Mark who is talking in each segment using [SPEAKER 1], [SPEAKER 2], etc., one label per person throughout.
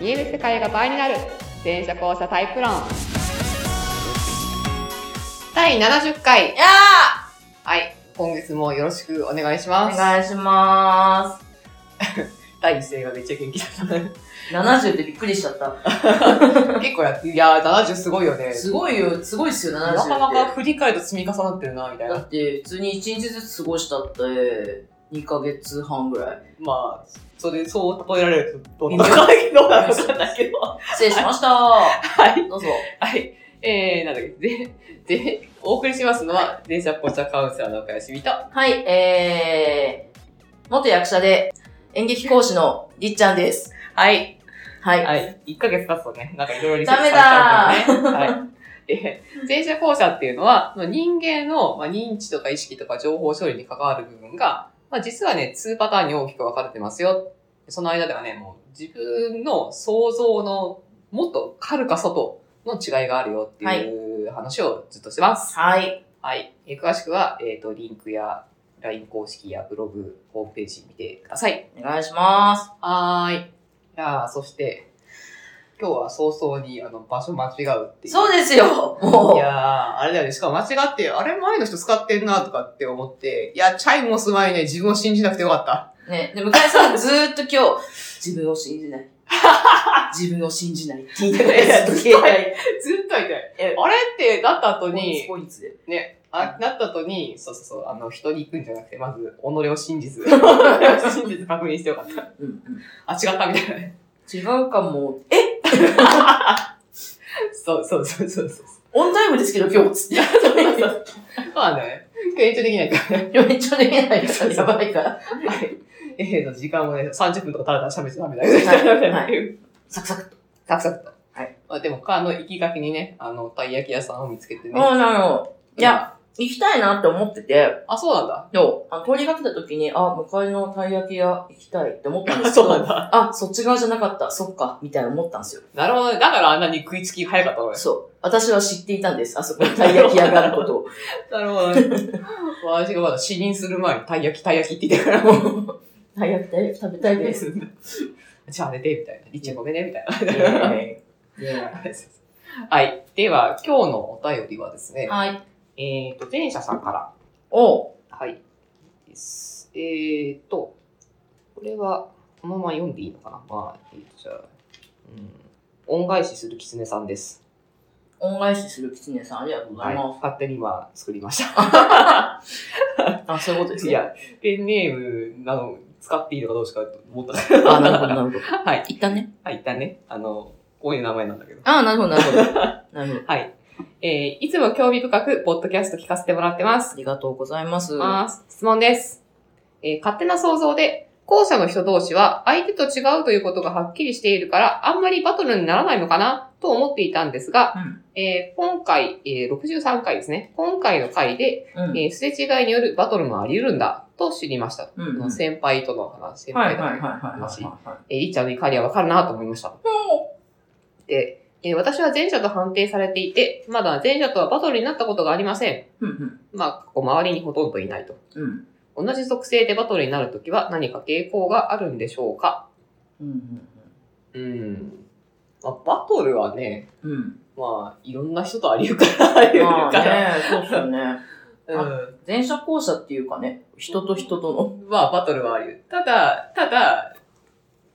[SPEAKER 1] 見える世界が倍になる全車交差タイプ論第70回
[SPEAKER 2] いや
[SPEAKER 1] はい今月もよろしくお願いし
[SPEAKER 2] ー
[SPEAKER 1] ま
[SPEAKER 2] お
[SPEAKER 1] す
[SPEAKER 2] 願いしま
[SPEAKER 1] 第一声がめっちゃ元気だったね
[SPEAKER 2] す。70ってびっくりしちゃった。
[SPEAKER 1] 結構やっていやー70すごいよね
[SPEAKER 2] すごいよ、すごいっすよ、70って。
[SPEAKER 1] なかなか振り返ると積み重なってるなみたい
[SPEAKER 2] だ
[SPEAKER 1] な
[SPEAKER 2] って、普通に1日ずつ過ごしたって、2ヶ月半ぐらい。
[SPEAKER 1] まあそれそう例えられるとど
[SPEAKER 2] 微
[SPEAKER 1] う
[SPEAKER 2] 妙
[SPEAKER 1] なのかどうなのかわかんないけ ど
[SPEAKER 2] 失礼し ました
[SPEAKER 1] はい。
[SPEAKER 2] どうぞ。
[SPEAKER 1] はい。えー、なんだっけ、で、で、お送りしますのは、電車交差カウンセラーの岡しみと、よ
[SPEAKER 2] はい、えー、元役者で演劇講師のりっちゃんです。はい。はい。
[SPEAKER 1] はい。1ヶ月経つとね、なんかいろいろリセッ
[SPEAKER 2] ダ
[SPEAKER 1] ト
[SPEAKER 2] メ
[SPEAKER 1] さ
[SPEAKER 2] だ
[SPEAKER 1] れ
[SPEAKER 2] ー
[SPEAKER 1] ちゃうんだよね。 はい。で、前者後者っていうのは、まあ人間の、まあ、認知とか意識とか情報処理に関わる部分が、まあ、実はね、2パターンに大きく分かれてますよ。その間ではね、もう自分の想像のもっと軽か外の違いがあるよっていう話をずっとしてます。
[SPEAKER 2] はい。
[SPEAKER 1] はい。えー詳しくは、えっ、と、リンクや LINE 公式やブログ、ホームページ見てください。
[SPEAKER 2] お願いします。
[SPEAKER 1] はーい。じゃあ、そして、今日は早々に、あの、場所間違うっていう。
[SPEAKER 2] そうですよ、
[SPEAKER 1] い
[SPEAKER 2] も
[SPEAKER 1] やー、あれだよね。しかも間違って、あれ前の人使ってんなとかって思って、いや、チャイム押す前にね、自分を信じなくてよかった。
[SPEAKER 2] う。ね、で、向井さんずーっと今日、自分を信じ ない。自分を信じないって言いながらずっと携帯。
[SPEAKER 1] ずっといて。
[SPEAKER 2] え
[SPEAKER 1] あれってなった後
[SPEAKER 2] に、
[SPEAKER 1] に、
[SPEAKER 2] ポインツで。
[SPEAKER 1] あなった後に、そうそうそう、あの、人に行くんじゃなくて、まず、己を信じず、 信じず確認してよかった。
[SPEAKER 2] うんうん。
[SPEAKER 1] あ、違ったみたいなね。
[SPEAKER 2] 違うかも。え
[SPEAKER 1] そうそうそうそうそう。
[SPEAKER 2] オンタイムですけど今日つって。
[SPEAKER 1] まあね、延長できないからね。
[SPEAKER 2] めっちゃできないから、やばいから。
[SPEAKER 1] はい。えーと、時間もね、30分とかたらたら喋っちゃダメだよ。。
[SPEAKER 2] はいサクサク。
[SPEAKER 1] サクサクと。
[SPEAKER 2] はい。
[SPEAKER 1] まあでも、あの、行きがけにね、あの、たい焼き屋さんを見つけて
[SPEAKER 2] う
[SPEAKER 1] ね。
[SPEAKER 2] ん、なの。いや、行きたいなって思ってて、
[SPEAKER 1] あ、そうなんだ。
[SPEAKER 2] でも、あの通りがけた時に、あ、向かいのたい焼き屋行きたいって思ったんですけど、
[SPEAKER 1] だ。
[SPEAKER 2] あ、そっち側じゃなかった、そっか、みたいな思ったんですよ。
[SPEAKER 1] なるほどね。だからあんなに食いつき早かったのね。
[SPEAKER 2] そう。私は知っていたんです、あそこにたい焼き屋があることを。
[SPEAKER 1] なるほどね。 私がまだ死人する前に、たい焼き、たい焼きって言ってからもう。
[SPEAKER 2] たい焼きたい食べたいです。
[SPEAKER 1] じゃあ寝て、みたいな。リッチごめんね、みた
[SPEAKER 2] イ
[SPEAKER 1] いな。
[SPEAKER 2] ェーイイェー
[SPEAKER 1] はい。では、今日のお便りはです
[SPEAKER 2] イ
[SPEAKER 1] ね、
[SPEAKER 2] はい。
[SPEAKER 1] えっと、前者さんから
[SPEAKER 2] おう
[SPEAKER 1] はい。ですえーと、これは、このまま読んでいいのかなまあ、えーと、じゃあ、うん、恩返しする狐さんです。
[SPEAKER 2] 恩返しする狐さん、ありがとうござ
[SPEAKER 1] はいい。
[SPEAKER 2] ま
[SPEAKER 1] 勝手に今作りまし
[SPEAKER 2] す。あ、そういうことで
[SPEAKER 1] た。
[SPEAKER 2] す
[SPEAKER 1] い
[SPEAKER 2] ね。
[SPEAKER 1] や、ペンネームなの、使っていいのかどうしかと思った。
[SPEAKER 2] あ、なるほど、なるほど。
[SPEAKER 1] はい。
[SPEAKER 2] 一旦ね。
[SPEAKER 1] はい、一旦ね、あの、こういう名前なんだけど。
[SPEAKER 2] あ、なるほど、なるほど。 なるほど。
[SPEAKER 1] はい。えー、いつも興味深く、ポッドキャスト聞かせてもらってます
[SPEAKER 2] あ。りがとうございます。
[SPEAKER 1] ます。質問です。えー勝手な想像で、後者の人同士は相手と違うということがはっきりしているから、あんまりバトルにならないのかなと思っていたんですが、
[SPEAKER 2] うん。
[SPEAKER 1] えー今回、えー63回ですね。今回の回で、
[SPEAKER 2] うん。
[SPEAKER 1] えーすれ違いによるバトルもあり得るんだと知りました。
[SPEAKER 2] うん
[SPEAKER 1] あの先輩との話、先
[SPEAKER 2] はい
[SPEAKER 1] 輩
[SPEAKER 2] はい
[SPEAKER 1] と
[SPEAKER 2] は
[SPEAKER 1] の
[SPEAKER 2] いはいはい
[SPEAKER 1] 話
[SPEAKER 2] は
[SPEAKER 1] えーりっちゃんの怒りはわかるなと思いました。で、えー私は前者と判定されていて、まだ前者とはバトルになったことがありません。
[SPEAKER 2] い。うんうん
[SPEAKER 1] まあ、ここ周りにほとんどいないと。
[SPEAKER 2] うん
[SPEAKER 1] 同じ属性でバトルになるときは何か傾向があるんでしょうか
[SPEAKER 2] うん
[SPEAKER 1] うん。まあ、バトルはね、
[SPEAKER 2] うんうん
[SPEAKER 1] まあ、いろんな人とありうから、あり
[SPEAKER 2] まあね、そうっすよね。
[SPEAKER 1] う
[SPEAKER 2] あ前者後者っていうかね、人と人との。
[SPEAKER 1] ん。まあ、バトルはあり得る。ただ、ただ、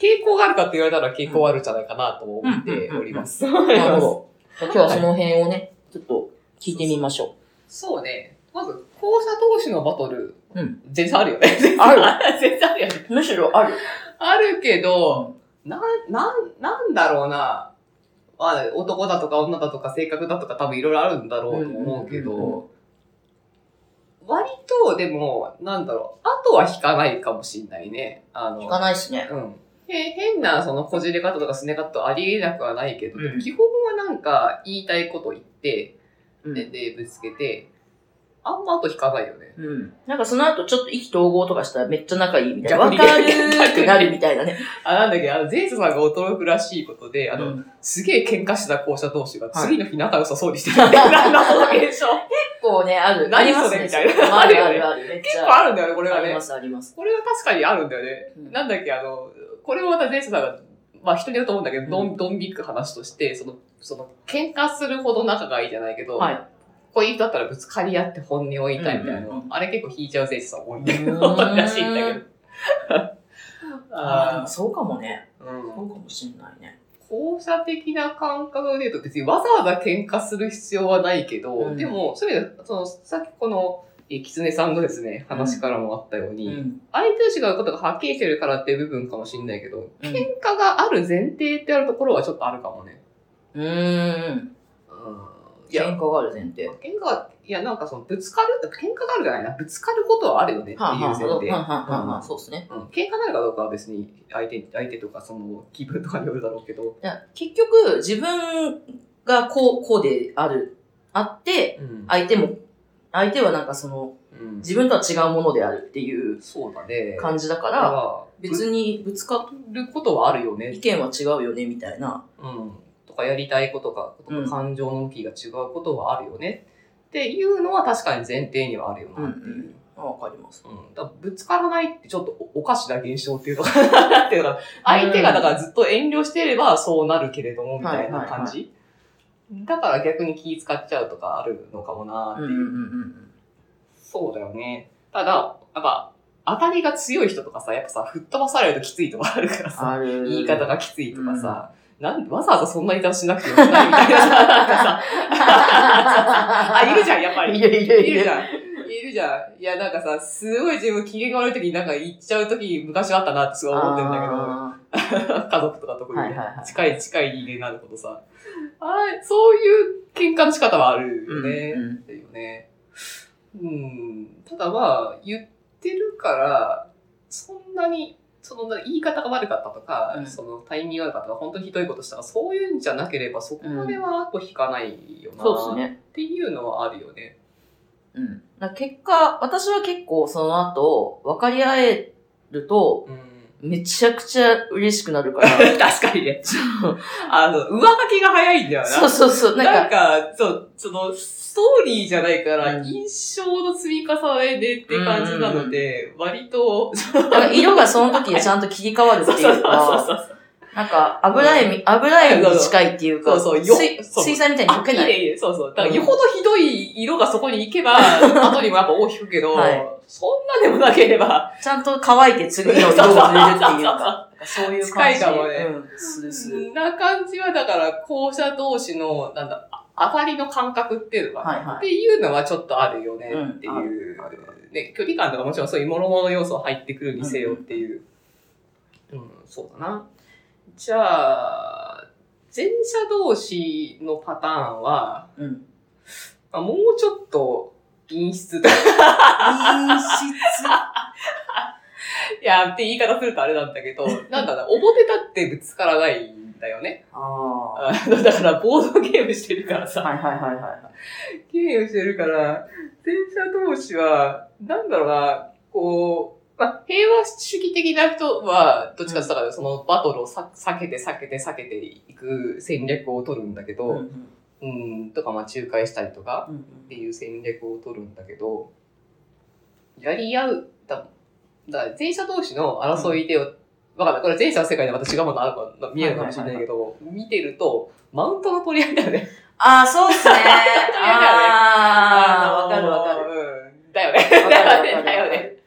[SPEAKER 1] 傾向があるかって言われたら傾向はあるんじゃないかなと思っております。
[SPEAKER 2] なるほど。今日はその辺をね、ちょっと聞いてみましょ
[SPEAKER 1] そうね。まず、校舎同士のバトル、
[SPEAKER 2] うん
[SPEAKER 1] 全然あるよね。
[SPEAKER 2] ある
[SPEAKER 1] 全然あるよね。
[SPEAKER 2] う。むしろある。
[SPEAKER 1] あるけど、な、なん、なんだろうな。まあ、男だとか女だとか性格だとか多分いろいろあるんだろうと思うけ
[SPEAKER 2] うんうんうんう
[SPEAKER 1] ど、割と、でも、なんだろう、あとは引かないかもしんないね。あの、
[SPEAKER 2] 聞かないしね。
[SPEAKER 1] うん。へ変な、その、こじれ方とかすね方ありえなくはないけど、
[SPEAKER 2] うん
[SPEAKER 1] 基本はなんか、言いたいこと言って、
[SPEAKER 2] う
[SPEAKER 1] で、
[SPEAKER 2] ん。
[SPEAKER 1] で、ぶつけて、あんま後引かないよね。
[SPEAKER 2] うん。なんかその後ちょっと意気投合とかしたらめっちゃ仲いいみたい
[SPEAKER 1] 逆
[SPEAKER 2] な。わ
[SPEAKER 1] に
[SPEAKER 2] かるーってなるみたいなね。
[SPEAKER 1] あ、なんだっけ、あの、前世さんが驚くらしいことで、あの、
[SPEAKER 2] うん
[SPEAKER 1] すげえ喧嘩してた校舎同士が
[SPEAKER 2] はい
[SPEAKER 1] 次の日仲良さそうに してるみたいな、この現象。
[SPEAKER 2] 結構ね、ある。あ
[SPEAKER 1] 何
[SPEAKER 2] りま
[SPEAKER 1] そ
[SPEAKER 2] す
[SPEAKER 1] れ
[SPEAKER 2] ね。
[SPEAKER 1] みたいな
[SPEAKER 2] ある あるある。めっち
[SPEAKER 1] 結
[SPEAKER 2] ゃ
[SPEAKER 1] 構あるんだよね、これが
[SPEAKER 2] あり
[SPEAKER 1] ね
[SPEAKER 2] ま。すあります。
[SPEAKER 1] これは確かにあるんだよね。
[SPEAKER 2] うん
[SPEAKER 1] なんだっけ、あの、これもまた前世さんが、まあ人によると思うんだけど、ど、
[SPEAKER 2] うん
[SPEAKER 1] どんびく話として、その、その、喧嘩するほど仲がいいじゃないけど、
[SPEAKER 2] はい。
[SPEAKER 1] 恋人だったらぶつかり合って本音を言いたいみたいなの、
[SPEAKER 2] うんうんうん
[SPEAKER 1] あれ結構引いちゃう選手さん多いみたい
[SPEAKER 2] うん
[SPEAKER 1] なこと らしいんだ けど。
[SPEAKER 2] あーでも
[SPEAKER 1] あ
[SPEAKER 2] そうかもね。
[SPEAKER 1] ーうん
[SPEAKER 2] そうかもしんないね。
[SPEAKER 1] 後者的な感覚で言うと別にわざわざ喧嘩する必要はないけど、
[SPEAKER 2] うん
[SPEAKER 1] でも、そういう意味ではその、さっきこの、えキツネさんのですね、話からもあったよう
[SPEAKER 2] う
[SPEAKER 1] に、
[SPEAKER 2] ん。
[SPEAKER 1] 相手と違うことがはっきりしてるからっていう部分かもしれないけど、
[SPEAKER 2] うん
[SPEAKER 1] 喧嘩がある前提ってあるところはちょっとあるかもね。
[SPEAKER 2] う
[SPEAKER 1] う
[SPEAKER 2] ーん。
[SPEAKER 1] ん。いや、
[SPEAKER 2] 喧嘩がある前提。
[SPEAKER 1] 喧嘩が、いや、なんかその、ぶつかる、喧嘩があるじゃないな、ぶつかることはあるよねっていう
[SPEAKER 2] はんはん
[SPEAKER 1] 前
[SPEAKER 2] はんはん
[SPEAKER 1] 提。
[SPEAKER 2] はんはん。そうですね。
[SPEAKER 1] うん、喧嘩になるかどうかは別に相手に、相手とかその気分とかによるだろうけど。
[SPEAKER 2] いや結局、自分がこう、こうである、あって、
[SPEAKER 1] うん
[SPEAKER 2] 相手も、相手はなんかその、
[SPEAKER 1] うん、
[SPEAKER 2] 自分とは違うものであるっていう
[SPEAKER 1] そうだね。
[SPEAKER 2] 感じだか、
[SPEAKER 1] からら、別に
[SPEAKER 2] 別にぶつか
[SPEAKER 1] ることはあるよ
[SPEAKER 2] る
[SPEAKER 1] ね
[SPEAKER 2] 意。見は違うよね、みたいな。
[SPEAKER 1] うん。とか、やりたいことが、と
[SPEAKER 2] う
[SPEAKER 1] か
[SPEAKER 2] ん
[SPEAKER 1] 感情の向きが違うことはあるよね。っていうのは確かに前提にはあるよなっていう。
[SPEAKER 2] うんあわかります。
[SPEAKER 1] うん、だからぶつからないってちょっとおおかしな現象 っていうのかななんていうのかな相手がだからずっと遠慮していればそうなるけれどもみたいな感じ、だから逆に気使っちゃうとかあるのかもなっていう、
[SPEAKER 2] ん
[SPEAKER 1] そうだよねただやっぱ当たりが強い人とかさやっぱさ吹っ飛ばされるときついとかあるからさ
[SPEAKER 2] ある。
[SPEAKER 1] 言い方 がきついとかさ、なんわざわざそんな言い方しなくてよくないみ たいなさなんかさあいるじゃんやっぱり
[SPEAKER 2] いるいる
[SPEAKER 1] い
[SPEAKER 2] い
[SPEAKER 1] るじ
[SPEAKER 2] る。
[SPEAKER 1] ゃん。いるじゃん。いや、なんかさ、すごい自分機嫌が悪い時になんか言っちゃう時昔あったなってすごい思ってるんだ
[SPEAKER 2] あ
[SPEAKER 1] けど、家族とか特
[SPEAKER 2] ー
[SPEAKER 1] にね、
[SPEAKER 2] はいはいはい。
[SPEAKER 1] 近い近い人間になることさ、あれそういう喧嘩の仕方はあるよね。
[SPEAKER 2] うんうん
[SPEAKER 1] っていうね。うん。ただまあ、言ってるから、そんなに、その言い方が悪かったとか、
[SPEAKER 2] うん
[SPEAKER 1] そのタイミングが悪かったとか、本当にひどいことしたとか、そういうんじゃなければ、そこまではこう引かないよな、
[SPEAKER 2] そうですね。
[SPEAKER 1] っていうのはあるよね。
[SPEAKER 2] うん。だから結果、私は結構その後、分かり合えると、
[SPEAKER 1] うん。
[SPEAKER 2] めちゃくちゃ嬉しくなるから。
[SPEAKER 1] 確かにね。あの、上書きが早いんだよな。
[SPEAKER 2] そうそうそう。
[SPEAKER 1] な
[SPEAKER 2] なんんか、
[SPEAKER 1] か、そう、その、ストーリーじゃないから、
[SPEAKER 2] うん
[SPEAKER 1] 印象の積み重ねでって感じなので、割と、
[SPEAKER 2] なんか色がその時にちゃんと切り替わるっていうか、
[SPEAKER 1] う。
[SPEAKER 2] なんか油絵み、油絵に近いっていうか、
[SPEAKER 1] そうそうよ
[SPEAKER 2] 水
[SPEAKER 1] そう
[SPEAKER 2] 水彩みたいに
[SPEAKER 1] あ
[SPEAKER 2] 溶、け
[SPEAKER 1] 綺
[SPEAKER 2] ない。
[SPEAKER 1] 麗そうそう。だか
[SPEAKER 2] う
[SPEAKER 1] ら、
[SPEAKER 2] ん
[SPEAKER 1] よほどひどい色がそこに行け ば、後にもやっぱ大きくけど、
[SPEAKER 2] はい
[SPEAKER 1] そんなでもなければ、
[SPEAKER 2] ちゃんと乾いて次の色を 入れるっていうか、そういう感じ。
[SPEAKER 1] 近いかもね
[SPEAKER 2] うん、するす
[SPEAKER 1] そ
[SPEAKER 2] る。
[SPEAKER 1] んな感じは、だから、校舎同士の、なんだ、あ当たりの感覚っていうのかな
[SPEAKER 2] はいは
[SPEAKER 1] っ
[SPEAKER 2] い。
[SPEAKER 1] ていうのはちょっとあるよね
[SPEAKER 2] うん
[SPEAKER 1] っていう、ね、距離感とかもちろんそういうもろもろ要素入ってくるにせよっていう、うんそうだなじゃあ前者同士のパターンは、
[SPEAKER 2] うん。
[SPEAKER 1] まあ、もうちょっと陰湿だい
[SPEAKER 2] 陰湿。
[SPEAKER 1] やって言い方するとあれなんだけ どなんだろう表立ってぶつからないんだよね
[SPEAKER 2] ああ。は
[SPEAKER 1] あのだからボードゲームしてるから
[SPEAKER 2] い
[SPEAKER 1] さ
[SPEAKER 2] はいはいは
[SPEAKER 1] 経営してるから、電車同士は、なんだろうな、こう、まあ、平和主義的な人は、どっちかって言ったら、そのバトルをさ避けて避けて避けていく戦略を取るんだけ
[SPEAKER 2] い。
[SPEAKER 1] ど、うん、とか、まあ、仲介したりとか
[SPEAKER 2] うんうん
[SPEAKER 1] っていう戦略を取るんだけど、やり合う、だ、だから前者同士の争いで、わかんない。これ前者の世界でまた違うものあるかな見えるかもしれないけど、見てると、マウントの取り合いだよね。
[SPEAKER 2] ああ、そうっ すね。
[SPEAKER 1] あ
[SPEAKER 2] ああ、わ
[SPEAKER 1] ー
[SPEAKER 2] かるわかる。。
[SPEAKER 1] うんだよね。
[SPEAKER 2] わかるわか
[SPEAKER 1] だ
[SPEAKER 2] る
[SPEAKER 1] よね。
[SPEAKER 2] わか
[SPEAKER 1] だよね
[SPEAKER 2] る。。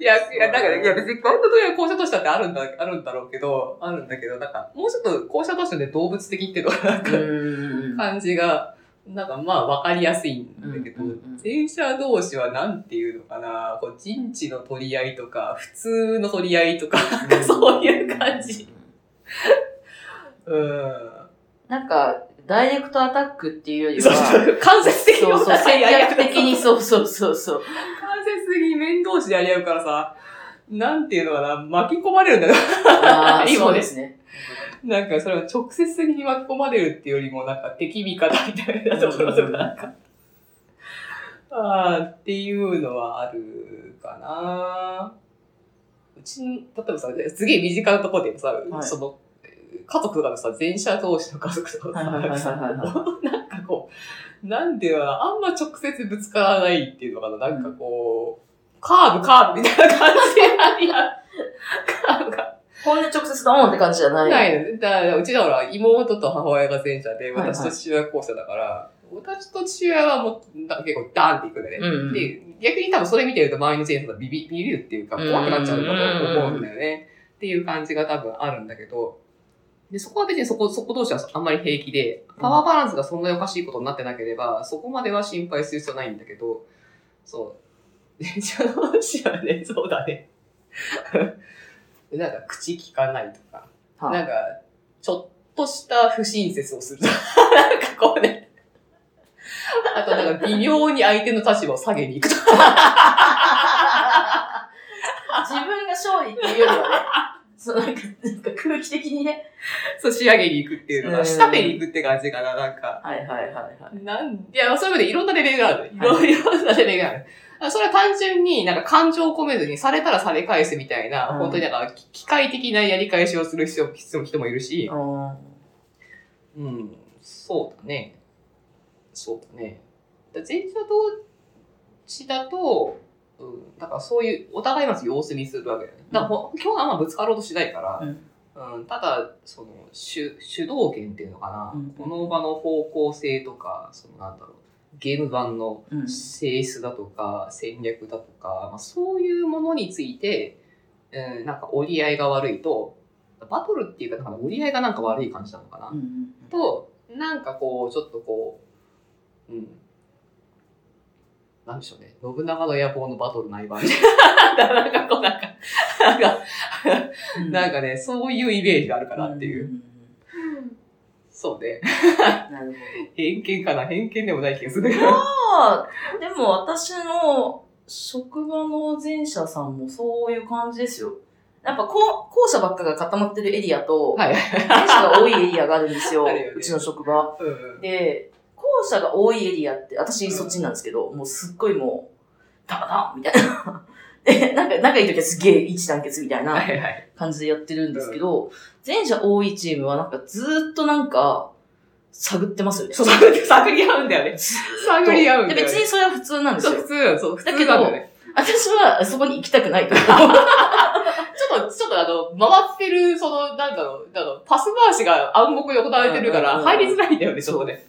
[SPEAKER 1] いや、いや、だから、いや、別にバンドという校舎としてだってあるんだ、あるんだろうけど、あるんだけど、なんか、もうちょっと校舎としてで動物的っていうのが、なんか、
[SPEAKER 2] うん
[SPEAKER 1] 感じが、なんか、まあ、わかりやすいんだけど
[SPEAKER 2] うんうんうん、
[SPEAKER 1] 電車同士はなんていうのかな、こう、陣地の取り合いとか、普通の取り合いとか、なんか、 そういう感じ。。うん。
[SPEAKER 2] なんか、ダイレクトアタックっていうより
[SPEAKER 1] そうそ
[SPEAKER 2] は、
[SPEAKER 1] う、間接的に
[SPEAKER 2] そう
[SPEAKER 1] お
[SPEAKER 2] そう、
[SPEAKER 1] 互
[SPEAKER 2] 戦
[SPEAKER 1] いやり合う
[SPEAKER 2] 略的に、そうそうそうそう。
[SPEAKER 1] 間接的に面同士でやり合うからさ、なんていうのかな、巻き込まれるんだよ。
[SPEAKER 2] あ
[SPEAKER 1] 今
[SPEAKER 2] ー
[SPEAKER 1] ね
[SPEAKER 2] そうですね。
[SPEAKER 1] なんかそれを直接的に巻き込まれるっていうよりも、なんか敵味方みたいなところとか、なんか、あーっていうのはあるかな。うちの、例えばさ、すげえ身近なところでさ、
[SPEAKER 2] い
[SPEAKER 1] その、家族とかのさ、全社同士の家族とか
[SPEAKER 2] はい
[SPEAKER 1] さ、
[SPEAKER 2] はいはいはいは
[SPEAKER 1] なんかこう、なんていうのかなあんま直接ぶつからないっていうのかな、なんかこう、カーブカーブみたいな感じでやり合う。カーブが。
[SPEAKER 2] い。本音直接ツドーンって感じじゃない。
[SPEAKER 1] ないの。だからうちだから妹と母親が前者で、
[SPEAKER 2] はいはい
[SPEAKER 1] 私と父親が後者だから、私と父親はもうだ結構ダーンっていくんだよね。
[SPEAKER 2] うんうん
[SPEAKER 1] で、逆に多分それ見てると周りの生徒がビビ、ビビるっていうか
[SPEAKER 2] うん
[SPEAKER 1] 怖くなっちゃうんだと思うんだよね。っていう感じが多分あるんだけど、で、そこは別にそこ、そこ同士はあんまり平気で、パワーバランスがそんなにおかしいことになってなければ、そこまでは心配する必要ないんだけど、そう。 電車の話はね、そうだね。 なんか口聞かないとか、
[SPEAKER 2] はい
[SPEAKER 1] なんか、ちょっとした不親切をする。 なんかこうね。あとなんか微妙に相手の立場を下げに行くとか。
[SPEAKER 2] 自分が勝利っていうよりはね、 そうなんか、なんか空気的にね。
[SPEAKER 1] そう、仕上げに行くっていうの
[SPEAKER 2] う
[SPEAKER 1] が、
[SPEAKER 2] ん
[SPEAKER 1] 下手に行くって感じかな、なんか。
[SPEAKER 2] はいはいはいはい。
[SPEAKER 1] なん、いや、そういうことでいろんなレベルがある。いろいろなレベルがある。あそれは単純になんか感情を込めずにされたらされ返すみたいな、
[SPEAKER 2] うん
[SPEAKER 1] 本当になんか機械的なやり返しをする人人もいるし、うん、そうだね。そうだね。だ前者同士だと、うん、だからそういう、お互いまず様子見するわけだよね。だからほ、今日はあんまぶつかろうとしないから、
[SPEAKER 2] うん
[SPEAKER 1] うん、ただその主主導権っていうのかな、
[SPEAKER 2] うん
[SPEAKER 1] この場の方向性とかそのなんだろうゲーム版の
[SPEAKER 2] うん
[SPEAKER 1] 性質だとか戦略だとか、まあ、そういうものについて、うん、なんか折り合いが悪いとバトルっていうかなんか折り合いがなんか悪い感じなのかな、
[SPEAKER 2] うん
[SPEAKER 1] となんかこうちょっとこう、うん、なんでしょうね信長の野望のバトルない場合なんかこうなんかなんか
[SPEAKER 2] うん
[SPEAKER 1] なんかね、そういうイメージがあるかなっていう。
[SPEAKER 2] ん。
[SPEAKER 1] そうね。
[SPEAKER 2] なるほど。
[SPEAKER 1] 偏見かな偏見でもない気がするけど。
[SPEAKER 2] まあ、でも私の職場の前者さんもそういう感じですよ。やっぱ後後者ばっかが固まってるエリアと、
[SPEAKER 1] はい。
[SPEAKER 2] 前者が多いエリアがあるんです よ。
[SPEAKER 1] あるよね
[SPEAKER 2] うちの職場。
[SPEAKER 1] うん
[SPEAKER 2] で、校舎が多いエリアって、私そっちなんですけど、もうすっごいもう、ダバダンみたいな。 で、なんか仲いい時はすげえ一致団結みたい
[SPEAKER 1] は
[SPEAKER 2] ない
[SPEAKER 1] はい。
[SPEAKER 2] 感じでやってるんですけど、前者多いチームはなんかずーっとなんか、探ってますよね。
[SPEAKER 1] そう、探り探り合うんだよね。探り合うんだ
[SPEAKER 2] で
[SPEAKER 1] よ
[SPEAKER 2] 別
[SPEAKER 1] ね
[SPEAKER 2] に。それは普通なんです
[SPEAKER 1] そう、
[SPEAKER 2] よ
[SPEAKER 1] 普。通、そう、普通
[SPEAKER 2] だ
[SPEAKER 1] な
[SPEAKER 2] け
[SPEAKER 1] ん
[SPEAKER 2] ど
[SPEAKER 1] だよね。
[SPEAKER 2] 私はそこに行きたくな いと。
[SPEAKER 1] ちょっと、ちょっとあの、回ってる、その、なんだろう、なんだろう、パス回しが暗黙で行われてるか
[SPEAKER 2] うん
[SPEAKER 1] ら、
[SPEAKER 2] うんうん
[SPEAKER 1] 入りづらいんだよね、ちょっとね。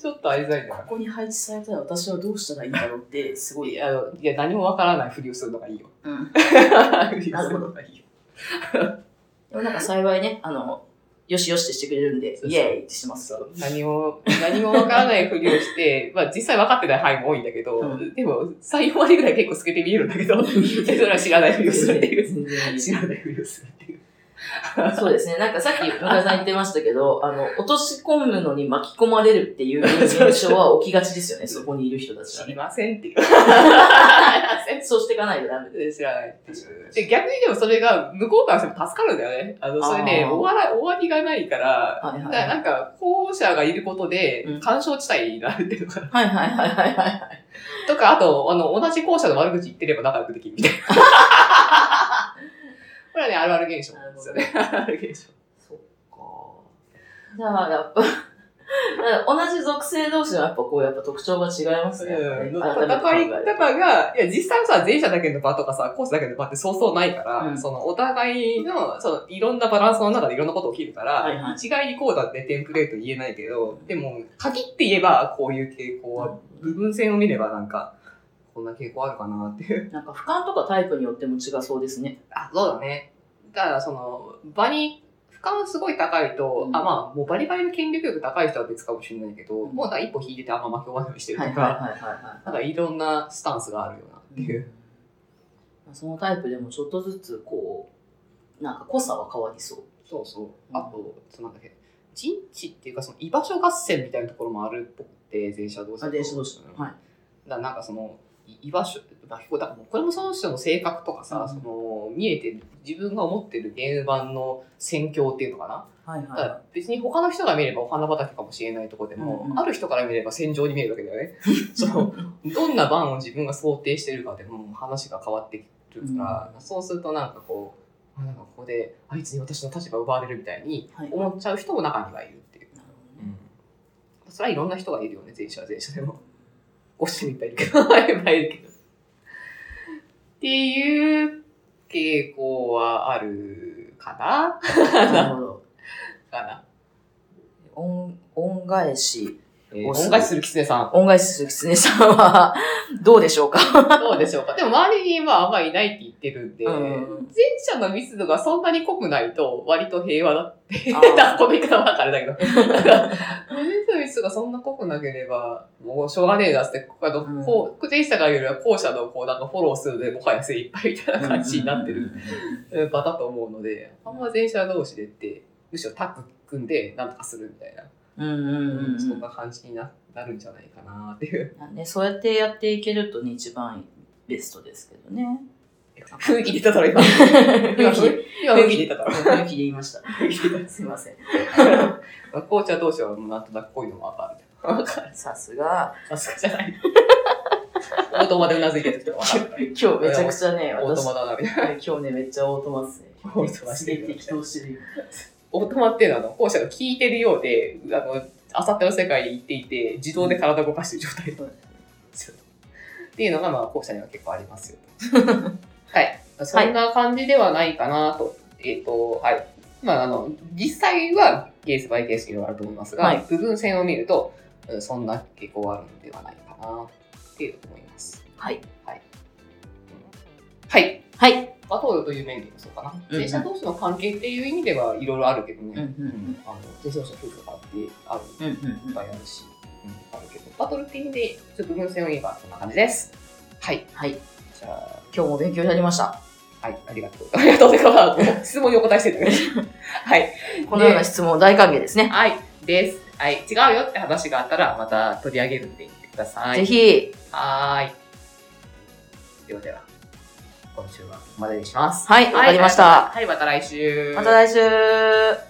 [SPEAKER 1] ちょっと入りづらいんだよ
[SPEAKER 2] ここに配置されたら私はどうしたらいいんだろうって、すご
[SPEAKER 1] い
[SPEAKER 2] い。
[SPEAKER 1] や、あのいや何もわからないふりをするのがいいよ。
[SPEAKER 2] うん。
[SPEAKER 1] ふりを
[SPEAKER 2] な
[SPEAKER 1] する
[SPEAKER 2] るほど
[SPEAKER 1] のがいいよ。
[SPEAKER 2] でもなんか幸いね、あの、よしよしってしてくれるんで、
[SPEAKER 1] そうそう
[SPEAKER 2] イエーイってします。
[SPEAKER 1] そう何も、何もわからないふりをして、 まあ実際分かってない範囲も多いんだけど、
[SPEAKER 2] うん
[SPEAKER 1] でも3、4割ぐらい結構透けて見えるんだけど、 それは知らないふりをするっていう。
[SPEAKER 2] 全然いい
[SPEAKER 1] 知らないふりをするっていう。
[SPEAKER 2] そうですね。なんかさっき向井さん言ってました けど、あの、落とし込むのに巻き込まれるっていう現象は起きがちですよね、そこにいる人たちは
[SPEAKER 1] 知 り。
[SPEAKER 2] ね
[SPEAKER 1] ませんっていう。
[SPEAKER 2] そうしていかないとダメで。
[SPEAKER 1] 知らないっていう。で、逆にでもそれが向こうからしても助かるんだよね。あの、それね、
[SPEAKER 2] あー
[SPEAKER 1] 終わら、終わりがないから、
[SPEAKER 2] はい
[SPEAKER 1] だ
[SPEAKER 2] は
[SPEAKER 1] か
[SPEAKER 2] い。
[SPEAKER 1] らなんか、後者がいることで
[SPEAKER 2] うん、
[SPEAKER 1] 干渉地帯になるっていうのかな。
[SPEAKER 2] はいはいはいはいはい。
[SPEAKER 1] とか、あと、あの、同じ校舎の悪口言ってれば仲良くできる みたいな。これはね、あるある現象なんですよね。ある現象。
[SPEAKER 2] そっか。じゃあ、やっぱ、だから同じ属性同士のやっぱこう、やっぱ特徴が違いますね。やっぱね
[SPEAKER 1] 戦い方が、いや、実際さ、前者だけの場とかさ、後者だけの場ってそうそうないから、
[SPEAKER 2] うん
[SPEAKER 1] その、お互いの、その、いろんなバランスの中でいろんなこと起きるから、
[SPEAKER 2] はいはい
[SPEAKER 1] 一概にこうだってテンプレート言えないけど、でも、限って言えば、こういう傾向は、部分線を見ればなんか、こんな傾向あるかなっていう。
[SPEAKER 2] なんか俯瞰とかタイプによっても違そうですね。
[SPEAKER 1] あ、そうだね。だから、その、場に、負荷がすごい高いと、
[SPEAKER 2] うん
[SPEAKER 1] あ、まあ、もうバリバリの権力力高い人は別かもしれないけど、
[SPEAKER 2] うん
[SPEAKER 1] もうなんか一歩引いててあんま巻き込まないようにしてると
[SPEAKER 2] は
[SPEAKER 1] か、
[SPEAKER 2] いはいはいはい
[SPEAKER 1] な
[SPEAKER 2] は
[SPEAKER 1] ん
[SPEAKER 2] い。
[SPEAKER 1] かいろんなスタンスがあるよなっていう。
[SPEAKER 2] まあそのタイプでもちょっとずつこう、なんか濃さは変わりそう。
[SPEAKER 1] そうそう。
[SPEAKER 2] うん
[SPEAKER 1] あと、そのなんだっけ、陣地っていうか、その居場所合戦みたいなところもあるっぽくて、前者同士だと。
[SPEAKER 2] 電子同士。
[SPEAKER 1] うん
[SPEAKER 2] はい。
[SPEAKER 1] だからなんかその、い居場所、まあ、結構だからもうこれもその人の性格とかさ、
[SPEAKER 2] うん
[SPEAKER 1] その、見えてる、自分が思ってるゲーム版の戦況っていうのかな。
[SPEAKER 2] はい
[SPEAKER 1] だから別に他の人が見ればお花畑かもしれないとこでも、
[SPEAKER 2] うんうん
[SPEAKER 1] ある人から見れば戦場に見えるわけだよね。そのどんな番を自分が想定してるかでも話が変わってくるから、そうするとなんかこう、あなんかここであいつに私の立場を奪われるみたいに
[SPEAKER 2] はい
[SPEAKER 1] 思っちゃう人も中にはいるっていう。
[SPEAKER 2] なるほど
[SPEAKER 1] う
[SPEAKER 2] ね
[SPEAKER 1] んそれはいろんな人がいるよね、前者は前者でも。こうしてもいっぱいいるけど、 いっぱいいるけど。っていう傾向はあるかな
[SPEAKER 2] なるほど。
[SPEAKER 1] かな。
[SPEAKER 2] 恩、恩返し。
[SPEAKER 1] えー
[SPEAKER 2] おす
[SPEAKER 1] 恩返しするキツネさん。
[SPEAKER 2] 恩返しする狐さんは、どうでしょうか
[SPEAKER 1] どうでしょうか。でも周りにまああんまりいないって言ってるんで、
[SPEAKER 2] うん
[SPEAKER 1] 前者の密度がそんなに濃くないと割と平和だって。
[SPEAKER 2] あー
[SPEAKER 1] この言い方はあれ だけど。前者の密度がそんな濃くなければ、もうしょうがねえなって、あの、
[SPEAKER 2] うん
[SPEAKER 1] こう、前者がよりは後者のこうなんかフォローするのでもはや精一杯みたいな感じになってる場だと思うので、あんま前者同士でって、むしろタッグ組んでなんとかするみたいな、
[SPEAKER 2] うんうんうん
[SPEAKER 1] そ
[SPEAKER 2] うん
[SPEAKER 1] んな感じにななるんじゃないかなっていう。
[SPEAKER 2] まあね。そうやってやっていけるとね、一番ベストですけど ね。
[SPEAKER 1] 雰囲気出ただろ、今。
[SPEAKER 2] 雰囲気
[SPEAKER 1] 今雰囲気出ただろ。
[SPEAKER 2] 雰囲気で言いました。すいません。
[SPEAKER 1] 紅茶同士はなんとなくこういうのもわかる。わかる。
[SPEAKER 2] さすが、
[SPEAKER 1] さすがじゃない。オートマでうなずいてる人はわかる。
[SPEAKER 2] 今日めちゃくちゃね、
[SPEAKER 1] オート
[SPEAKER 2] 私、
[SPEAKER 1] マ
[SPEAKER 2] 今
[SPEAKER 1] だな、みたいな。
[SPEAKER 2] 日ね、めっちゃオートマっすね。
[SPEAKER 1] オートマし
[SPEAKER 2] す
[SPEAKER 1] て
[SPEAKER 2] げえ
[SPEAKER 1] る
[SPEAKER 2] 適当してるよ。
[SPEAKER 1] オートマっていうのは、あの、校舎が効いてるようで、あの、あさっての世界に行っていて、自動で体を動かしてる状態
[SPEAKER 2] そう
[SPEAKER 1] っていうのが、まあ、校舎には結構ありますよ。 はい。そんな感じではないかなと。えっ、と、はい。まあ、あの、実際はケースバイケースいろいろあると思いますが、
[SPEAKER 2] はい
[SPEAKER 1] 部分線を見ると、うんそんな傾向があるのではないかなっていう思います。
[SPEAKER 2] はい。
[SPEAKER 1] はい。はい。
[SPEAKER 2] はい。
[SPEAKER 1] まあ、東洋という面でもそうかな。
[SPEAKER 2] うん
[SPEAKER 1] 電車同士の関係っていう意味ではいろいろあるけどね。
[SPEAKER 2] うんうん
[SPEAKER 1] あの、電車同士の夫婦とかってある、
[SPEAKER 2] うん。うん
[SPEAKER 1] いっぱいあるし、うん、あるけど、バトルっていう意味で、ちょっと部分線を言えばそんな感じです。はい。
[SPEAKER 2] はい。
[SPEAKER 1] じゃあ、
[SPEAKER 2] 今日も勉強になりました。
[SPEAKER 1] はい、ありがとう。 ありがとう。てか、まあ 質問にお答えしてたね。はい。
[SPEAKER 2] このような質問大歓迎ですね。
[SPEAKER 1] はい、です。はい、違うよって話があったら、また取り上げるんで言ってください。
[SPEAKER 2] ぜ。ひ、
[SPEAKER 1] はーい。ではでは、今週はここまでにします。
[SPEAKER 2] はい、わかりました。
[SPEAKER 1] はい、また来週。
[SPEAKER 2] また来週。